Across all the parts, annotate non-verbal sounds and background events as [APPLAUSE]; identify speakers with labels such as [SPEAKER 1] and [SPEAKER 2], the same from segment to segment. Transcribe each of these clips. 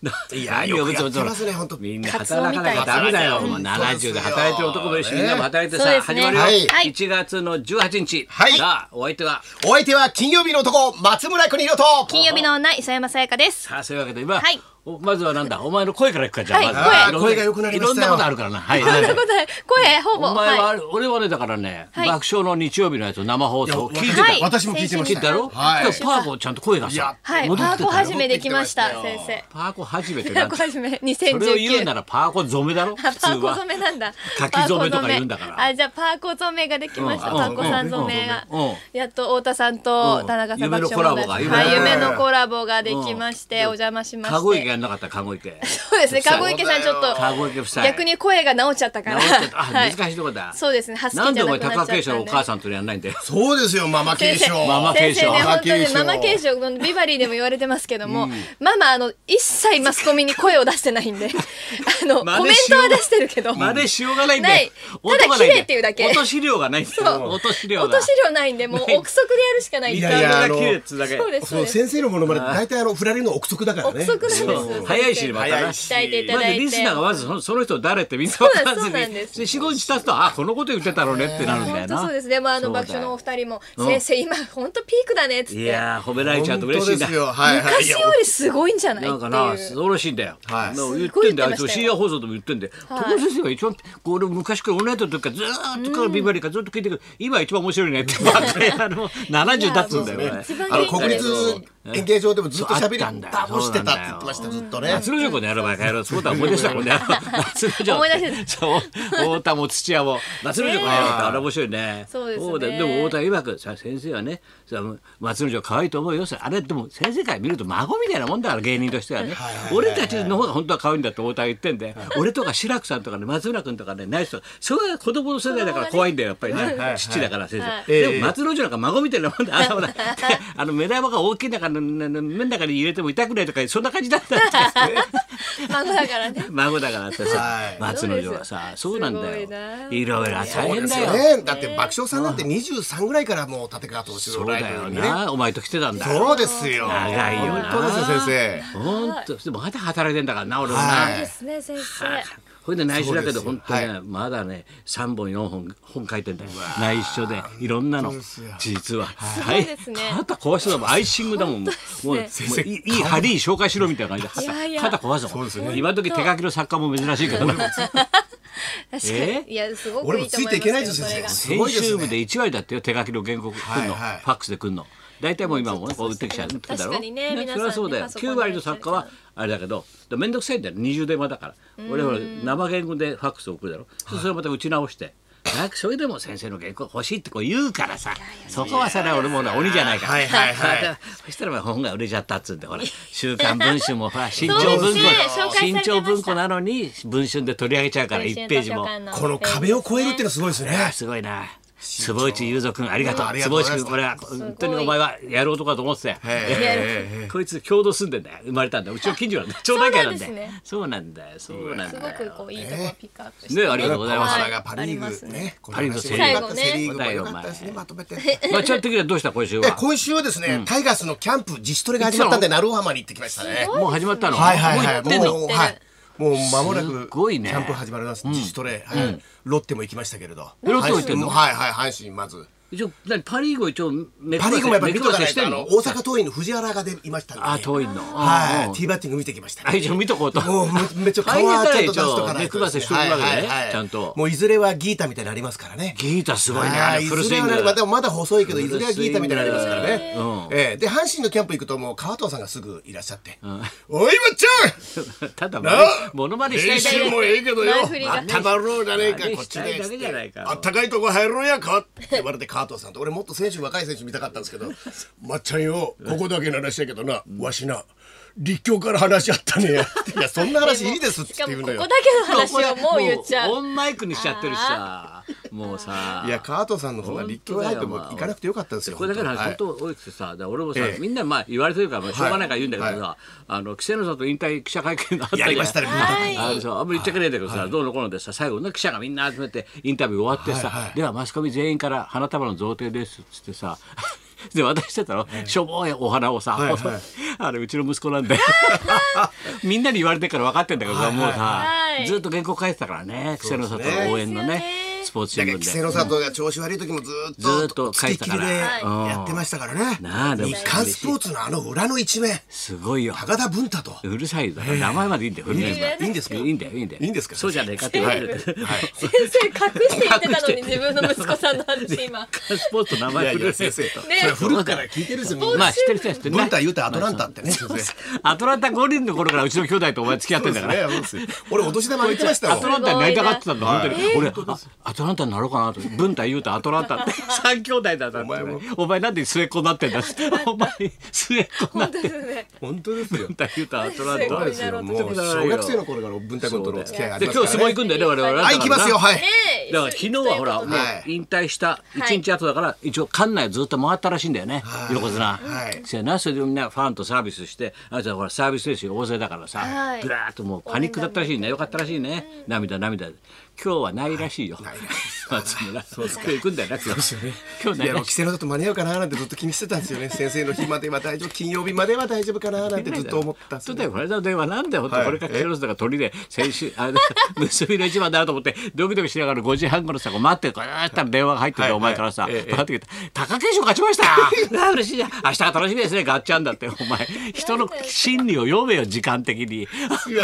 [SPEAKER 1] [LAUGHS] いやよくやってますね本当
[SPEAKER 2] みんな働かなきゃダメだよ。
[SPEAKER 1] カツオ
[SPEAKER 2] もう
[SPEAKER 1] みたいです
[SPEAKER 2] 70
[SPEAKER 1] よ
[SPEAKER 2] で働いてる男もいるし、
[SPEAKER 1] ね
[SPEAKER 2] みんなも働いて
[SPEAKER 3] そう
[SPEAKER 2] さ、
[SPEAKER 3] です
[SPEAKER 2] 始
[SPEAKER 3] ね
[SPEAKER 2] まるよ。
[SPEAKER 1] はい
[SPEAKER 2] 1月の18日。
[SPEAKER 1] はい
[SPEAKER 2] さあ、お相手は。
[SPEAKER 1] お相手は金曜日の男松村邦洋と
[SPEAKER 3] 金曜日の女磯山さやかです。
[SPEAKER 2] さあ、そういうわけで、今
[SPEAKER 3] はい、
[SPEAKER 2] おまずはなんだ、お前の声からいくか、じゃ
[SPEAKER 3] はい
[SPEAKER 2] あ、まず
[SPEAKER 1] 声声が良くなりましたよ
[SPEAKER 2] いろんなことあるからな。はい。
[SPEAKER 3] そんなことない声ほぼ
[SPEAKER 2] お前は
[SPEAKER 3] は
[SPEAKER 2] あれ、俺はね、だからね、
[SPEAKER 3] はい
[SPEAKER 2] 爆笑の日曜日のやつを生放送聞いてた。
[SPEAKER 3] はい
[SPEAKER 1] 私も聞いてまし
[SPEAKER 2] 聞い
[SPEAKER 1] た
[SPEAKER 2] た
[SPEAKER 1] よ
[SPEAKER 2] ろ
[SPEAKER 1] はい
[SPEAKER 2] そしたらパーコちゃんと声がさ、
[SPEAKER 3] はい
[SPEAKER 2] 戻っ
[SPEAKER 3] パ
[SPEAKER 2] て
[SPEAKER 3] ー
[SPEAKER 2] た
[SPEAKER 3] コ
[SPEAKER 2] よ
[SPEAKER 3] 始めできました
[SPEAKER 1] 戻ってきまし
[SPEAKER 3] 先
[SPEAKER 1] たよ
[SPEAKER 3] 生。
[SPEAKER 2] パーコ初めて
[SPEAKER 3] パ
[SPEAKER 2] な
[SPEAKER 3] ー
[SPEAKER 2] ん
[SPEAKER 3] コ [LAUGHS]
[SPEAKER 2] て。
[SPEAKER 3] 始め2019。
[SPEAKER 2] それを言うならパーコ染めだろ
[SPEAKER 3] [LAUGHS] あ
[SPEAKER 2] 普
[SPEAKER 3] パ
[SPEAKER 2] 通
[SPEAKER 3] ーコ
[SPEAKER 2] は
[SPEAKER 3] 染めなんだ。
[SPEAKER 2] 書き染めとか言うんだから
[SPEAKER 3] パーコ染めあじゃあパーコ染めができました。
[SPEAKER 2] うん
[SPEAKER 3] パーコさん染めが
[SPEAKER 2] うんうん。
[SPEAKER 3] やっと太田さんと田中さん
[SPEAKER 2] 夢のコラボが
[SPEAKER 3] はい夢
[SPEAKER 2] 夢
[SPEAKER 3] のコラボができましてお邪魔しま
[SPEAKER 2] 籠
[SPEAKER 3] し
[SPEAKER 2] 池
[SPEAKER 3] て。
[SPEAKER 2] やんなかった籠池
[SPEAKER 3] そうですね。籠池さんちょっ
[SPEAKER 2] 籠池夫
[SPEAKER 3] と
[SPEAKER 2] 妻
[SPEAKER 3] 逆に声が治っちゃったから。
[SPEAKER 2] 直してたあ
[SPEAKER 3] は
[SPEAKER 2] 難しいとこだ
[SPEAKER 3] そうですね。ハスキ
[SPEAKER 2] な
[SPEAKER 3] ー
[SPEAKER 2] ん
[SPEAKER 3] じ
[SPEAKER 2] で
[SPEAKER 3] ゃ
[SPEAKER 2] お
[SPEAKER 3] な
[SPEAKER 2] 前
[SPEAKER 3] く
[SPEAKER 2] 高
[SPEAKER 3] なっちゃった
[SPEAKER 2] 景
[SPEAKER 3] んで。
[SPEAKER 2] 勝のお母さんとやんないんだよ
[SPEAKER 1] そうですよママ継
[SPEAKER 3] 先生
[SPEAKER 1] 承
[SPEAKER 2] ママ継承
[SPEAKER 3] 先生ね
[SPEAKER 1] ママ
[SPEAKER 3] 本当
[SPEAKER 1] 継
[SPEAKER 3] に
[SPEAKER 1] 承
[SPEAKER 3] ママ継承ビバリーでも言われてますけども、ママあの一切マスコミに声を出して
[SPEAKER 2] [LAUGHS]
[SPEAKER 3] ないんであのコ
[SPEAKER 2] 真
[SPEAKER 3] メン
[SPEAKER 2] 似し
[SPEAKER 3] ト
[SPEAKER 2] よう
[SPEAKER 3] は出してるけど
[SPEAKER 2] までしようがないんだ
[SPEAKER 3] な
[SPEAKER 2] よ
[SPEAKER 3] い
[SPEAKER 2] 音がな
[SPEAKER 3] ただ綺麗っていうだけ
[SPEAKER 2] 落とし量がないんだ
[SPEAKER 3] そう
[SPEAKER 2] よ落とし量
[SPEAKER 3] 落
[SPEAKER 2] が
[SPEAKER 3] とし量ないんでもう憶測でやるしかないんで
[SPEAKER 1] い
[SPEAKER 2] 見た
[SPEAKER 1] やいや
[SPEAKER 2] 目
[SPEAKER 1] あ
[SPEAKER 2] が
[SPEAKER 1] の
[SPEAKER 2] 綺麗っつうだけ
[SPEAKER 3] そうです
[SPEAKER 1] そ
[SPEAKER 3] そう
[SPEAKER 1] う
[SPEAKER 3] です
[SPEAKER 1] 先生のものまで大体あの振られるの憶測だから
[SPEAKER 3] 憶
[SPEAKER 1] ね
[SPEAKER 3] 測なんです
[SPEAKER 2] そう早いしまた
[SPEAKER 1] 早
[SPEAKER 2] ない
[SPEAKER 1] し
[SPEAKER 3] 鍛えていた
[SPEAKER 2] ま
[SPEAKER 3] だ
[SPEAKER 2] ず
[SPEAKER 3] いて
[SPEAKER 2] リスナーがまずそのその人誰ってみんな分から
[SPEAKER 3] そ
[SPEAKER 2] ず
[SPEAKER 3] う
[SPEAKER 2] に
[SPEAKER 3] だそうなんです
[SPEAKER 2] で仕事した人あこのこと言ってたのねってなるんだよ
[SPEAKER 3] 本当
[SPEAKER 2] な
[SPEAKER 3] そうですでもあの
[SPEAKER 2] そうだよ
[SPEAKER 3] 爆笑のお二人も
[SPEAKER 2] うん
[SPEAKER 3] 先生今本当ピークだねっつっ
[SPEAKER 2] い
[SPEAKER 3] て
[SPEAKER 2] やー褒められちゃうと嬉しい
[SPEAKER 1] 本当
[SPEAKER 2] な
[SPEAKER 1] ですよはいはいい
[SPEAKER 3] 昔
[SPEAKER 1] や
[SPEAKER 3] よりすごいんじゃない
[SPEAKER 2] な
[SPEAKER 3] っ
[SPEAKER 2] ん
[SPEAKER 3] て
[SPEAKER 2] か
[SPEAKER 3] い
[SPEAKER 2] な
[SPEAKER 3] う
[SPEAKER 2] 素晴らしいんだよ。
[SPEAKER 1] はい
[SPEAKER 2] な
[SPEAKER 3] すごい
[SPEAKER 2] 言ってんだよ。あい
[SPEAKER 3] 言っ
[SPEAKER 2] つ
[SPEAKER 3] てました
[SPEAKER 2] 深
[SPEAKER 3] よ
[SPEAKER 2] 夜放送でも言ってんで。
[SPEAKER 3] はい
[SPEAKER 2] 所先生が一番これ昔からオンラインの時からずーっとからビバリーからずっと聞いてくる。今一番面白いねってばっかりあの七十経つんだよ。
[SPEAKER 3] 一番
[SPEAKER 1] あの
[SPEAKER 3] 元気
[SPEAKER 1] 国
[SPEAKER 3] です
[SPEAKER 1] 立演芸場でもずっと
[SPEAKER 2] そうあ
[SPEAKER 1] 喋
[SPEAKER 2] っ
[SPEAKER 1] り
[SPEAKER 2] たんだよ
[SPEAKER 1] 倒してたって言ってましたよずっとね
[SPEAKER 2] 夏の女子のやる前からやろう。そうだ思い出したもんね。夏の女
[SPEAKER 3] 思い出し
[SPEAKER 2] そう太田も土屋も夏の女子のやるってあれ面白いね。
[SPEAKER 3] そうですね
[SPEAKER 2] だよでも太田曰くさ先生はね、さ松の女可愛いと思うよ。さあれでも先生から見ると孫みたいなもんだから芸人としてはね。俺たちの方が本当は可愛いんだって太田は言ってんで、俺とか志らくさんとかね松村君とかねナイスとか、それは子供の世代だから怖いんだよやっぱりね。父だから先
[SPEAKER 3] はい
[SPEAKER 2] 生。
[SPEAKER 1] え
[SPEAKER 2] で
[SPEAKER 1] え
[SPEAKER 2] も松の女なんか孫みたいなもんだ。あのほらあの目玉が大きいんだからね目の中に入れても痛くないとかそんな感じだったんだよ。
[SPEAKER 1] [LAUGHS]
[SPEAKER 3] 孫だからね
[SPEAKER 2] 孫だからってさ
[SPEAKER 1] はい
[SPEAKER 2] 松の女はさ
[SPEAKER 3] そ
[SPEAKER 2] そうう
[SPEAKER 3] です
[SPEAKER 2] なんだ
[SPEAKER 3] すごい
[SPEAKER 2] よ
[SPEAKER 3] ない
[SPEAKER 2] ろいろ大変だ
[SPEAKER 1] そう
[SPEAKER 2] よ
[SPEAKER 1] ですねだって爆笑さんなんて23ぐらいからもう立川敏
[SPEAKER 2] そ
[SPEAKER 1] 郎
[SPEAKER 2] う
[SPEAKER 1] ライ
[SPEAKER 2] だよ
[SPEAKER 1] ブにね
[SPEAKER 2] なお前と来てたんだ
[SPEAKER 1] そうですよ
[SPEAKER 2] 長いよな
[SPEAKER 1] 本当ですよ先生
[SPEAKER 2] 本当でもまだ働いてんだからな俺も
[SPEAKER 1] はい
[SPEAKER 2] な
[SPEAKER 3] そうですね先生
[SPEAKER 2] ほいで内緒だけど
[SPEAKER 1] そう
[SPEAKER 2] 本
[SPEAKER 1] です
[SPEAKER 2] 当
[SPEAKER 1] よ
[SPEAKER 2] ね、まだね3本4本本書いてんだよ内緒でいろんなの
[SPEAKER 1] そうですよ
[SPEAKER 2] 実はは
[SPEAKER 3] はいそうですね
[SPEAKER 2] 肩壊したのもアイシングだもんもうもうい
[SPEAKER 1] 生
[SPEAKER 2] いいいハリー紹介しろみたいな感じ
[SPEAKER 3] いやい
[SPEAKER 2] で
[SPEAKER 3] や
[SPEAKER 2] 肩壊したもん
[SPEAKER 1] そうですね
[SPEAKER 2] 今時手書きの作家も珍しいけどな
[SPEAKER 3] 確かに
[SPEAKER 2] え
[SPEAKER 3] いやすごく
[SPEAKER 1] 俺
[SPEAKER 3] い
[SPEAKER 1] も
[SPEAKER 3] い
[SPEAKER 1] つ
[SPEAKER 3] と思
[SPEAKER 1] い
[SPEAKER 3] い
[SPEAKER 1] ていけな
[SPEAKER 3] ます
[SPEAKER 1] い
[SPEAKER 3] よ
[SPEAKER 1] ですよ
[SPEAKER 3] そ
[SPEAKER 1] 先
[SPEAKER 3] れが
[SPEAKER 1] 生すご
[SPEAKER 2] 編
[SPEAKER 1] いです
[SPEAKER 2] 集部
[SPEAKER 1] ね
[SPEAKER 2] で1割だってよ手書きの原告来るの、
[SPEAKER 1] はいはい
[SPEAKER 2] ファックスで来るの大体もう今もねこう売ってきちゃうってだろ
[SPEAKER 3] 確かにね皆さんね
[SPEAKER 2] それはそうだよ
[SPEAKER 3] パソコン
[SPEAKER 2] 9割の作家はあれだけどだ面倒くさいんだよ二重電話だから俺ほら生言語でファックス送るだろそれをまた打ち直して。なんかそれでも先生の原稿欲しいってこう言うからさそこはさ俺もほら鬼じゃないから
[SPEAKER 1] はいはいはい
[SPEAKER 2] またそしたらまあ本が売れちゃったっつうんでほ
[SPEAKER 3] [LAUGHS]
[SPEAKER 2] ら「週刊文春」もほら新潮文庫
[SPEAKER 3] そうですね紹介されて
[SPEAKER 2] 新
[SPEAKER 3] ました
[SPEAKER 2] 潮文庫なのに文春で取り上げちゃうから1ページも。
[SPEAKER 1] この壁を越えるっていうのはすごいですね
[SPEAKER 2] あすごいな坪内雄三君ありがとう、
[SPEAKER 1] うんありがとう
[SPEAKER 2] 坪
[SPEAKER 1] ご
[SPEAKER 2] 内
[SPEAKER 1] ざいます
[SPEAKER 2] 君これは本当にお前はやる男だと思ってたよ、
[SPEAKER 1] へえ
[SPEAKER 2] [LAUGHS] こいつ共同住んでんだよ生まれたんだうちの近所なんだ町内会なんだ
[SPEAKER 3] [LAUGHS] そうなんです
[SPEAKER 2] よ
[SPEAKER 3] ね
[SPEAKER 2] そうなんだよそうなん
[SPEAKER 3] す
[SPEAKER 2] だ
[SPEAKER 3] ご
[SPEAKER 2] よ
[SPEAKER 3] くこういいとこピックアップして
[SPEAKER 2] ねありがとうございます
[SPEAKER 1] パワハラがパリ
[SPEAKER 3] ありま
[SPEAKER 1] ー
[SPEAKER 3] す
[SPEAKER 1] グ
[SPEAKER 3] ね
[SPEAKER 1] ね
[SPEAKER 2] パリーグ
[SPEAKER 1] この話もよかった
[SPEAKER 3] 最後ね
[SPEAKER 1] セリーグもよかったですねまとめて
[SPEAKER 2] まあちゃん的にはどうした今週
[SPEAKER 1] え
[SPEAKER 2] は
[SPEAKER 1] 今週はですねタイガースのキャンプ自主トレが始まったんで鳴尾浜に行ってきましたね
[SPEAKER 2] もう始まったの、
[SPEAKER 1] はいはいはい。
[SPEAKER 2] もう行ってんの
[SPEAKER 1] もう、はい。もう間もな
[SPEAKER 2] す
[SPEAKER 1] く、
[SPEAKER 2] ごいね
[SPEAKER 1] キャンプ始まります。自主トレ、はいロッテも行きましたけれど。
[SPEAKER 2] ロッテも行ってんの
[SPEAKER 1] 阪神もはいはい、阪神まず。
[SPEAKER 2] 一応何パ・リーグは一応目
[SPEAKER 1] パリーグもやっぱり見とかない
[SPEAKER 2] して
[SPEAKER 1] と、あ
[SPEAKER 2] ん
[SPEAKER 1] の、
[SPEAKER 2] の
[SPEAKER 1] 大阪桐蔭の藤原がでいましたんで。
[SPEAKER 2] あ遠いの
[SPEAKER 1] はい。
[SPEAKER 2] うん
[SPEAKER 1] ティーバッティング見てきました
[SPEAKER 2] あ
[SPEAKER 1] ね。
[SPEAKER 2] 一応見とこうと
[SPEAKER 1] もうめめっちゃ顔はちゃんと出しとかない
[SPEAKER 2] 目
[SPEAKER 1] と
[SPEAKER 2] 配せしとくわけね、
[SPEAKER 1] はいはいはい
[SPEAKER 2] ちゃんと
[SPEAKER 1] もういずれはギータみたいになりますからね。
[SPEAKER 2] ギータすごいね
[SPEAKER 1] は
[SPEAKER 2] あの
[SPEAKER 1] いい
[SPEAKER 2] フル
[SPEAKER 1] ず
[SPEAKER 2] スイ
[SPEAKER 1] れ
[SPEAKER 2] ン
[SPEAKER 1] は
[SPEAKER 2] グ
[SPEAKER 1] なまあでもまだ細いけどいずれはギータみたいになりますからね
[SPEAKER 2] う、
[SPEAKER 1] ええで阪神のキャンプ行くともう川藤さんがすぐいらっしゃって「おいまっちゃん
[SPEAKER 2] ただ
[SPEAKER 1] なあ
[SPEAKER 2] ものまね
[SPEAKER 1] 練
[SPEAKER 2] したいだけ
[SPEAKER 1] 習もええけどよ
[SPEAKER 3] 前振りが
[SPEAKER 1] またまろうじゃねえか
[SPEAKER 2] 前振り
[SPEAKER 1] こっちで
[SPEAKER 2] したいだけじゃないか
[SPEAKER 1] あったかいとこ入ろうやかって言われて川藤さんと俺もっと選手若い選手見たかったんです
[SPEAKER 2] [LAUGHS]
[SPEAKER 1] けど「まっちゃんよここだけの話やけどなわしな立教から話あったねや」いやそんな話いいです」って
[SPEAKER 3] しか
[SPEAKER 1] 言
[SPEAKER 3] も
[SPEAKER 1] う
[SPEAKER 3] こ
[SPEAKER 1] の
[SPEAKER 3] こ
[SPEAKER 1] よ
[SPEAKER 3] だ。けの話をもう言っちゃ
[SPEAKER 2] もオ
[SPEAKER 3] う
[SPEAKER 2] ンマイクにしちゃってるしさもうさ
[SPEAKER 1] いや川藤さんの方が立教入っても行かなくてよかったですよ。
[SPEAKER 2] これだから
[SPEAKER 1] は
[SPEAKER 2] 本
[SPEAKER 1] い
[SPEAKER 2] 当多くてさ、だから俺もさ、
[SPEAKER 1] ええ
[SPEAKER 2] みんなまあ言われてるからまあしょうがないから言うんだけどさ、あの稀勢の里引退記者会見があったじゃん
[SPEAKER 1] やりましたねはい
[SPEAKER 2] あれさあんまり言っちゃいけないんだけどさ、どうのこうのでさ最後の記者がみんな集めてインタビュー終わってさ、
[SPEAKER 1] はいはい
[SPEAKER 2] ではマスコミ全員から花束の贈呈ですっつってさ [LAUGHS] で渡してたの、しょぼいお花をさ、
[SPEAKER 1] はいはい
[SPEAKER 2] [LAUGHS] あれうちの息子なんで [LAUGHS] みんなに言われてから分かってんだけどさ、もうさ、
[SPEAKER 3] はい
[SPEAKER 2] ずっと原稿書いてたからね稀勢の里
[SPEAKER 1] そうです
[SPEAKER 2] の
[SPEAKER 1] ね
[SPEAKER 2] 応援の
[SPEAKER 3] そう
[SPEAKER 2] ね
[SPEAKER 3] ですよね
[SPEAKER 2] スポーツ新
[SPEAKER 1] だ
[SPEAKER 2] 聞
[SPEAKER 1] か
[SPEAKER 2] で
[SPEAKER 1] ら稀勢の里が調子悪い時もずーっと
[SPEAKER 2] ずーっと書いてたから
[SPEAKER 1] つけ切りで
[SPEAKER 2] はい
[SPEAKER 1] やってましたからね
[SPEAKER 2] なあでも
[SPEAKER 1] 日刊スポーツのあの裏の一面
[SPEAKER 2] すごいよ
[SPEAKER 1] 高田文太と
[SPEAKER 2] うるさいよだから名前までいいんだよ、古い
[SPEAKER 3] ええ
[SPEAKER 1] いいんですか
[SPEAKER 2] いいんだよいいんだよ
[SPEAKER 1] いいんですか
[SPEAKER 2] そうじゃねえかって言われる、
[SPEAKER 3] [LAUGHS] 先生隠して言ってたのに自分の息子さんの話今
[SPEAKER 2] スポーツの名
[SPEAKER 1] い
[SPEAKER 2] 前
[SPEAKER 1] やい
[SPEAKER 2] 古
[SPEAKER 1] や
[SPEAKER 2] い
[SPEAKER 1] 先生と、
[SPEAKER 3] ね
[SPEAKER 1] それ古くから聞いてるんですよみん
[SPEAKER 2] ま
[SPEAKER 1] な
[SPEAKER 2] あ知ってる人は知ってる
[SPEAKER 1] 文太言うてアトランタってね先生
[SPEAKER 2] アトランタ五輪の頃からうちの兄弟とお前付き合ってんだから、
[SPEAKER 1] そうですね俺お年玉言ってました
[SPEAKER 2] アト
[SPEAKER 1] も
[SPEAKER 2] ラ
[SPEAKER 1] ん
[SPEAKER 2] ンタになりたがってたんだ、
[SPEAKER 1] すご
[SPEAKER 2] 本
[SPEAKER 1] い
[SPEAKER 2] 当に。俺、あ
[SPEAKER 1] ね
[SPEAKER 2] アトランタになろうかなと。文太言うとアトランタ
[SPEAKER 1] [LAUGHS]
[SPEAKER 2] って、三兄弟だったんだ
[SPEAKER 1] お前も
[SPEAKER 2] お前なんで末っ子になってんだ
[SPEAKER 1] [LAUGHS]
[SPEAKER 2] って。お前、末っ子な
[SPEAKER 3] 本
[SPEAKER 2] ん
[SPEAKER 3] 当
[SPEAKER 2] で。
[SPEAKER 3] ですね
[SPEAKER 1] 本当ですよ
[SPEAKER 2] 文太言うとアトラン
[SPEAKER 3] そう
[SPEAKER 2] タ
[SPEAKER 3] ですよ
[SPEAKER 1] もう小学生の頃から文太君とのお付き合いがあり
[SPEAKER 2] で
[SPEAKER 1] ます
[SPEAKER 2] 今日相撲
[SPEAKER 1] から、ね、
[SPEAKER 2] 行くんだよね我々は
[SPEAKER 1] はい行きますよはい、
[SPEAKER 3] ねえ
[SPEAKER 2] だから昨日はほら
[SPEAKER 3] という
[SPEAKER 2] もう
[SPEAKER 3] ことで
[SPEAKER 1] はい
[SPEAKER 2] 引退した一日後だから一応館内ずっと回ったらしいんだよね
[SPEAKER 1] はい
[SPEAKER 2] 横綱
[SPEAKER 1] はい
[SPEAKER 2] そやなそれでみんなファンとサービスしてあいつはほらサービス精神旺盛だからさ
[SPEAKER 3] はい
[SPEAKER 2] ぐらーっともうパニックだったらしいねよかったらしいね涙涙で今日はないらしいよ松村今日行くんだよな今日今日
[SPEAKER 1] い
[SPEAKER 2] ない
[SPEAKER 1] やも
[SPEAKER 2] ら
[SPEAKER 1] う
[SPEAKER 2] しい
[SPEAKER 1] 帰省のこと間に合うかななんてずっと気にしてたんですよね先生の日までは大丈夫金曜日までは大丈夫かななんてずっと思ってたんです
[SPEAKER 2] そう
[SPEAKER 1] よ
[SPEAKER 2] だよこれの電話なんだよ、本当
[SPEAKER 1] はい
[SPEAKER 2] これからケロスだから鳥で先週あの [LAUGHS] 結びの一番だなと思ってドキドキしながら5時半頃さこう待ってるからったら電話が入って
[SPEAKER 1] はい
[SPEAKER 2] てお前からさ
[SPEAKER 1] はいええ
[SPEAKER 2] パってきて貴景勝勝ちましたああ嬉しいじゃん明日が楽しみですねガッチャンだってお前人の心理を読めよ時間的に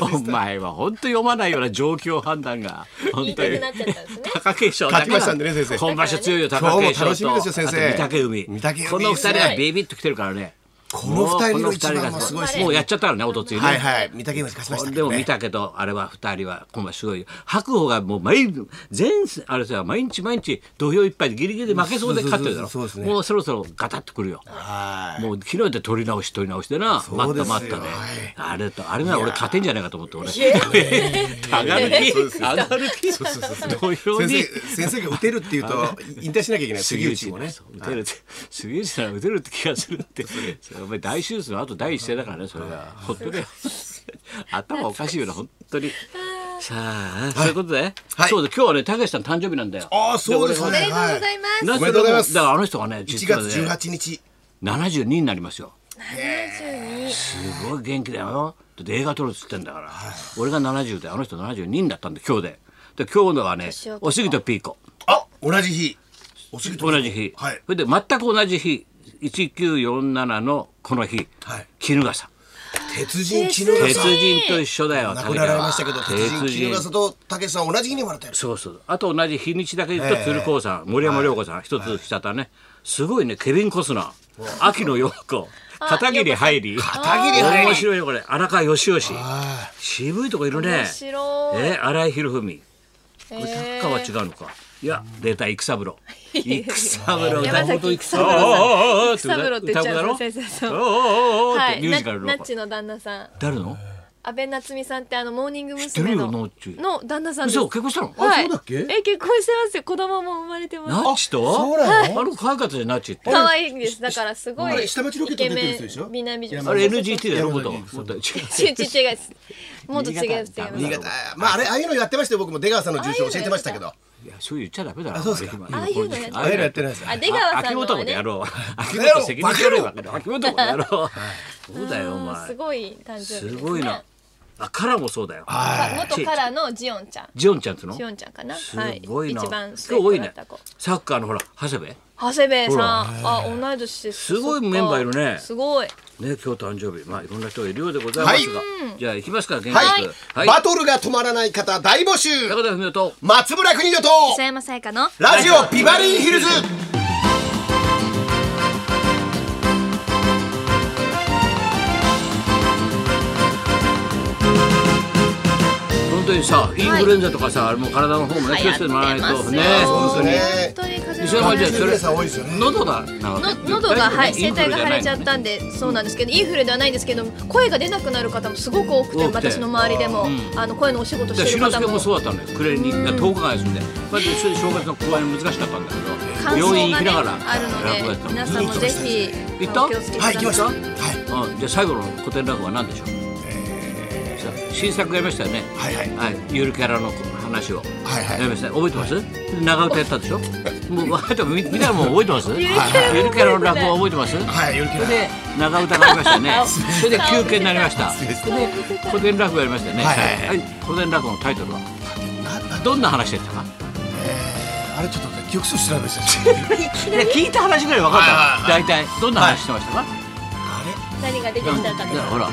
[SPEAKER 2] お前は本当読まないような状況判断が
[SPEAKER 3] 言
[SPEAKER 2] 本
[SPEAKER 3] い
[SPEAKER 2] 当
[SPEAKER 3] た
[SPEAKER 2] に
[SPEAKER 3] くなっちゃったんですね
[SPEAKER 2] 貴景勝だけは
[SPEAKER 1] 勝ちましたんでね先生
[SPEAKER 2] 今場所強いよ貴景
[SPEAKER 1] 今日も
[SPEAKER 2] 勝と
[SPEAKER 1] 楽しみですよ先生
[SPEAKER 2] あと御嶽海
[SPEAKER 1] 御嶽海
[SPEAKER 2] この二人
[SPEAKER 1] す
[SPEAKER 2] は
[SPEAKER 1] ごい
[SPEAKER 2] ビビッと来てるからね
[SPEAKER 1] この二人の一番もすごいですね
[SPEAKER 2] もうやっちゃったからねおとついね
[SPEAKER 1] はいはい御嶽海勝ちましたけ
[SPEAKER 2] で
[SPEAKER 1] ど
[SPEAKER 2] も
[SPEAKER 1] ね
[SPEAKER 2] 見たけどあれは二人は今晩すごいよ白鵬がもう毎日全世あれさ毎日毎日土俵いっぱいでギリギリで負けそうで勝ってるだろ
[SPEAKER 1] そうそうそうそうですね
[SPEAKER 2] もうそろそろガタッとくるよ
[SPEAKER 1] は
[SPEAKER 2] もう昨日で取り直し取り直してな
[SPEAKER 1] う
[SPEAKER 2] 待っ
[SPEAKER 1] で
[SPEAKER 2] た
[SPEAKER 1] すよ
[SPEAKER 2] 待ったで、
[SPEAKER 1] はい
[SPEAKER 2] あれとあれなら俺勝てんじゃないかと思って俺 [LAUGHS] 上がる
[SPEAKER 1] いや
[SPEAKER 2] 気
[SPEAKER 1] そうですよ
[SPEAKER 2] 上がる気土俵
[SPEAKER 1] 先
[SPEAKER 2] に
[SPEAKER 1] 生先生が打てるっていうと引退しなきゃいけ [LAUGHS] ない杉内もね
[SPEAKER 2] そう打てるって杉内なら打てるって気がする
[SPEAKER 1] [LAUGHS]
[SPEAKER 2] ってそれお前大手術の後第一声だからねそれが本当だよ [LAUGHS] 頭おかしいよな本当にさあそういうことで
[SPEAKER 1] はい
[SPEAKER 2] そうで今日はねたけしさん誕生日なんだよ
[SPEAKER 1] ああそうですね
[SPEAKER 3] おめでとうございます
[SPEAKER 2] な
[SPEAKER 1] おめでとうございます
[SPEAKER 2] だからあの人がね
[SPEAKER 1] 1
[SPEAKER 2] 実は
[SPEAKER 1] 月
[SPEAKER 2] ね
[SPEAKER 1] 18日
[SPEAKER 2] 72になりますよ
[SPEAKER 3] 72
[SPEAKER 2] すごい元気だよだって映画撮るっつってんだから俺が70であの人72になったんで今日でで今日のはね
[SPEAKER 3] 年を取った
[SPEAKER 2] おすぎとピーコ
[SPEAKER 1] あ同じ日お杉と
[SPEAKER 2] 同じ日、
[SPEAKER 1] はい
[SPEAKER 2] それで全く同じ日1947のこの日、
[SPEAKER 1] はい
[SPEAKER 2] 絹笠
[SPEAKER 1] 鉄人絹
[SPEAKER 2] 鉄
[SPEAKER 1] 笠
[SPEAKER 2] 人と一緒だよ
[SPEAKER 1] 亡くなられましたけど
[SPEAKER 2] 武田
[SPEAKER 1] 鉄
[SPEAKER 2] は
[SPEAKER 1] 人絹笠と武さん同じ日に生まれてる
[SPEAKER 2] そうそうあと同じ日にちだけ言う
[SPEAKER 1] え
[SPEAKER 2] と
[SPEAKER 1] え
[SPEAKER 2] 鶴光さん、森山良子さん一、つ下だねすごいねケビン・コスナー秋野陽子片桐入り
[SPEAKER 1] 片桐入り
[SPEAKER 2] 面白いよこれ荒川よしよし
[SPEAKER 1] あ
[SPEAKER 2] 渋いとこいるね
[SPEAKER 3] 面白い
[SPEAKER 2] え荒井博文
[SPEAKER 3] え
[SPEAKER 2] これ
[SPEAKER 3] ー
[SPEAKER 2] サッカーは違うのか。いや、出た育三郎。育三郎。
[SPEAKER 3] 山崎育三郎さん
[SPEAKER 2] 郎
[SPEAKER 3] 育三郎って言っちゃう先生そ
[SPEAKER 2] お
[SPEAKER 3] う
[SPEAKER 2] おおおーおーおー
[SPEAKER 3] は
[SPEAKER 2] って
[SPEAKER 3] い
[SPEAKER 2] ミュー
[SPEAKER 3] な
[SPEAKER 2] ジカル
[SPEAKER 3] ナ
[SPEAKER 2] の
[SPEAKER 3] ッ。チの旦那さん
[SPEAKER 2] 誰の？
[SPEAKER 3] 阿部夏実さんってあのモーニング
[SPEAKER 2] 知って
[SPEAKER 3] 娘
[SPEAKER 2] る
[SPEAKER 3] の
[SPEAKER 2] よナッチ
[SPEAKER 3] の旦那さんです
[SPEAKER 2] 嘘結婚したの？
[SPEAKER 3] はい
[SPEAKER 1] そうだっけ
[SPEAKER 3] え結婚してますよ子供も生まれてます
[SPEAKER 2] ナッチと？
[SPEAKER 1] あそうなの
[SPEAKER 2] あの可愛かったじゃんナッチって。
[SPEAKER 3] 可愛いんですだからすご
[SPEAKER 1] あれ
[SPEAKER 3] い
[SPEAKER 1] 下町ロケッ
[SPEAKER 3] イ
[SPEAKER 1] ト
[SPEAKER 3] ケ
[SPEAKER 1] 出てる
[SPEAKER 3] メ
[SPEAKER 1] 人でしょ
[SPEAKER 3] ン美男美女
[SPEAKER 1] いや
[SPEAKER 2] あれ NGT だよ元々。もっと違う。
[SPEAKER 3] ちち違いですもっと違います違います
[SPEAKER 1] 新潟まああれああいうのやってましたよ僕も出川さんの住所教えてましたけど
[SPEAKER 2] いやそう言っちゃダメだろ。
[SPEAKER 1] あそうですか
[SPEAKER 2] 今
[SPEAKER 3] ああいうのやって
[SPEAKER 1] ああいうのやってないです
[SPEAKER 3] あ出川さ
[SPEAKER 2] 秋
[SPEAKER 3] んの
[SPEAKER 2] 元
[SPEAKER 3] は
[SPEAKER 2] もでや
[SPEAKER 3] ね
[SPEAKER 2] ろう。秋
[SPEAKER 1] やろ
[SPEAKER 2] 元
[SPEAKER 1] う
[SPEAKER 2] 責任取れば秋元もでやろう。そうだよお
[SPEAKER 3] うん
[SPEAKER 2] 前
[SPEAKER 3] [LAUGHS] す。ごい誕生日ですね
[SPEAKER 2] ごいな。あカラもそうだよ。
[SPEAKER 3] あ元からのジオンちゃん
[SPEAKER 2] ジオンちゃんっつうの
[SPEAKER 3] ジオンちゃんかな
[SPEAKER 2] すごいな。
[SPEAKER 3] 一番
[SPEAKER 2] すごい
[SPEAKER 3] だ
[SPEAKER 2] ね
[SPEAKER 3] った子。
[SPEAKER 2] サッカーのほら長谷部ね
[SPEAKER 3] 長谷部さんあ同い年です
[SPEAKER 2] すごいメンバーいるね
[SPEAKER 3] すごい
[SPEAKER 2] 今日誕生日まあいろんな人がいるようでございますが、じゃあ行きますか元気よ
[SPEAKER 1] はい
[SPEAKER 2] く、はい。
[SPEAKER 1] バトルが止まらない方大募集
[SPEAKER 2] 高田文夫と
[SPEAKER 1] 松村邦人と
[SPEAKER 3] 磯山さやかの
[SPEAKER 1] ラジオビバリーヒルズ
[SPEAKER 2] 本当にさインフルエンザとかさ、あれもう体の方もね気をつけてもらわないとね。
[SPEAKER 1] そうですね
[SPEAKER 3] 本当に風
[SPEAKER 2] それ
[SPEAKER 3] 邪
[SPEAKER 2] は
[SPEAKER 3] の
[SPEAKER 2] じゃあ
[SPEAKER 3] 話
[SPEAKER 2] それ
[SPEAKER 1] 多いですよね
[SPEAKER 2] 喉だなわけ
[SPEAKER 3] の喉がはい
[SPEAKER 2] イ
[SPEAKER 3] 声
[SPEAKER 2] ンフル
[SPEAKER 3] 帯
[SPEAKER 2] じゃ
[SPEAKER 3] が腫
[SPEAKER 2] な
[SPEAKER 3] れ
[SPEAKER 2] い
[SPEAKER 3] ちゃったんでそうなんですけどインフルではないんですけど声が出なくなる方もすごく多くて
[SPEAKER 2] 多くて
[SPEAKER 3] 私の周りでもあの声のお仕事
[SPEAKER 2] だから
[SPEAKER 3] して
[SPEAKER 2] 志の
[SPEAKER 3] る方
[SPEAKER 2] 輔も
[SPEAKER 3] も
[SPEAKER 2] そうだったんだよ暮れに10日間休んで、まあ、でそれで正月の公演難しかったんだけ
[SPEAKER 3] 乾
[SPEAKER 2] ど病院
[SPEAKER 3] 燥
[SPEAKER 2] 行き
[SPEAKER 3] がね
[SPEAKER 2] ながら
[SPEAKER 3] ある
[SPEAKER 2] 落語やっ
[SPEAKER 3] の
[SPEAKER 2] てた
[SPEAKER 3] で皆さんもぜひ
[SPEAKER 2] 行った
[SPEAKER 3] お気をつけくだ
[SPEAKER 1] はい
[SPEAKER 3] さい
[SPEAKER 1] 行きましたはい
[SPEAKER 2] うん、じゃあ最後の古典落語は何でしょう、さあ新作やりましたよね
[SPEAKER 1] はいはい
[SPEAKER 2] はいゆるキャラの子話を
[SPEAKER 1] はいはい
[SPEAKER 2] やりました覚えてます、長唄やったでしょもう分かった見見たらもう覚えてますゆるキャラの落語覚えてます
[SPEAKER 1] はいよろし
[SPEAKER 2] そ
[SPEAKER 1] く
[SPEAKER 2] れで長唄がありましたよねそれで休憩になりました
[SPEAKER 1] 失
[SPEAKER 2] そ
[SPEAKER 1] 礼
[SPEAKER 2] れ
[SPEAKER 1] し
[SPEAKER 2] で古典落語やりましたよね
[SPEAKER 1] はいはいはい
[SPEAKER 2] 古典落語のタイトルは
[SPEAKER 1] なな
[SPEAKER 2] どんな話でしたか
[SPEAKER 1] あれちょっと記憶喪失なんですよ
[SPEAKER 2] [LAUGHS] いや聞いた話ぐらい分かった
[SPEAKER 1] はい
[SPEAKER 2] 大体どんな話してましたか、
[SPEAKER 1] あれ
[SPEAKER 3] 何が出てきたか
[SPEAKER 2] いやほら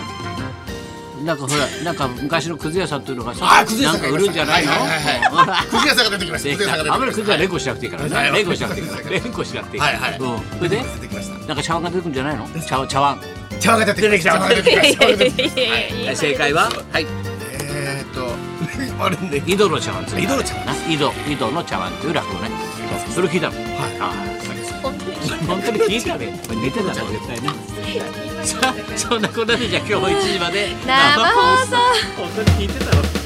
[SPEAKER 2] なんかほらなんか昔のくず屋さんっていうのがさ
[SPEAKER 1] あーくず屋さん
[SPEAKER 2] なんか売るんじゃないの、
[SPEAKER 1] はいはいはい
[SPEAKER 2] ほら
[SPEAKER 1] くず屋さんが出てきました
[SPEAKER 2] で
[SPEAKER 1] くず屋さんが
[SPEAKER 2] あんまりく
[SPEAKER 1] 出てき
[SPEAKER 2] ずは
[SPEAKER 1] ま
[SPEAKER 2] 連
[SPEAKER 1] し
[SPEAKER 2] 呼しなくていいから
[SPEAKER 1] は
[SPEAKER 2] ね
[SPEAKER 1] い
[SPEAKER 2] 連呼しなくていいか
[SPEAKER 1] [LAUGHS]
[SPEAKER 2] ら
[SPEAKER 1] はい
[SPEAKER 2] 連呼しなくていい
[SPEAKER 1] はいはい
[SPEAKER 2] うんそれで
[SPEAKER 1] た出てきました
[SPEAKER 2] なんか茶碗が出てくるんじゃないの茶碗茶碗
[SPEAKER 1] 茶碗が出てきました茶碗が出てきました茶碗が出てきましたはい
[SPEAKER 3] いや
[SPEAKER 2] 正解ははい
[SPEAKER 1] えーっと [LAUGHS] あれね
[SPEAKER 2] 井戸の茶碗っていう
[SPEAKER 1] 井戸の茶碗
[SPEAKER 2] な井戸井戸の茶碗っていう落語ねそれ聞いたのはい
[SPEAKER 3] 本当に
[SPEAKER 2] 本当に聞いたねこれ寝てたな絶対ねさあそんなことでじゃあ今日も1時まで
[SPEAKER 3] 生放送
[SPEAKER 2] 本当に聞いてたの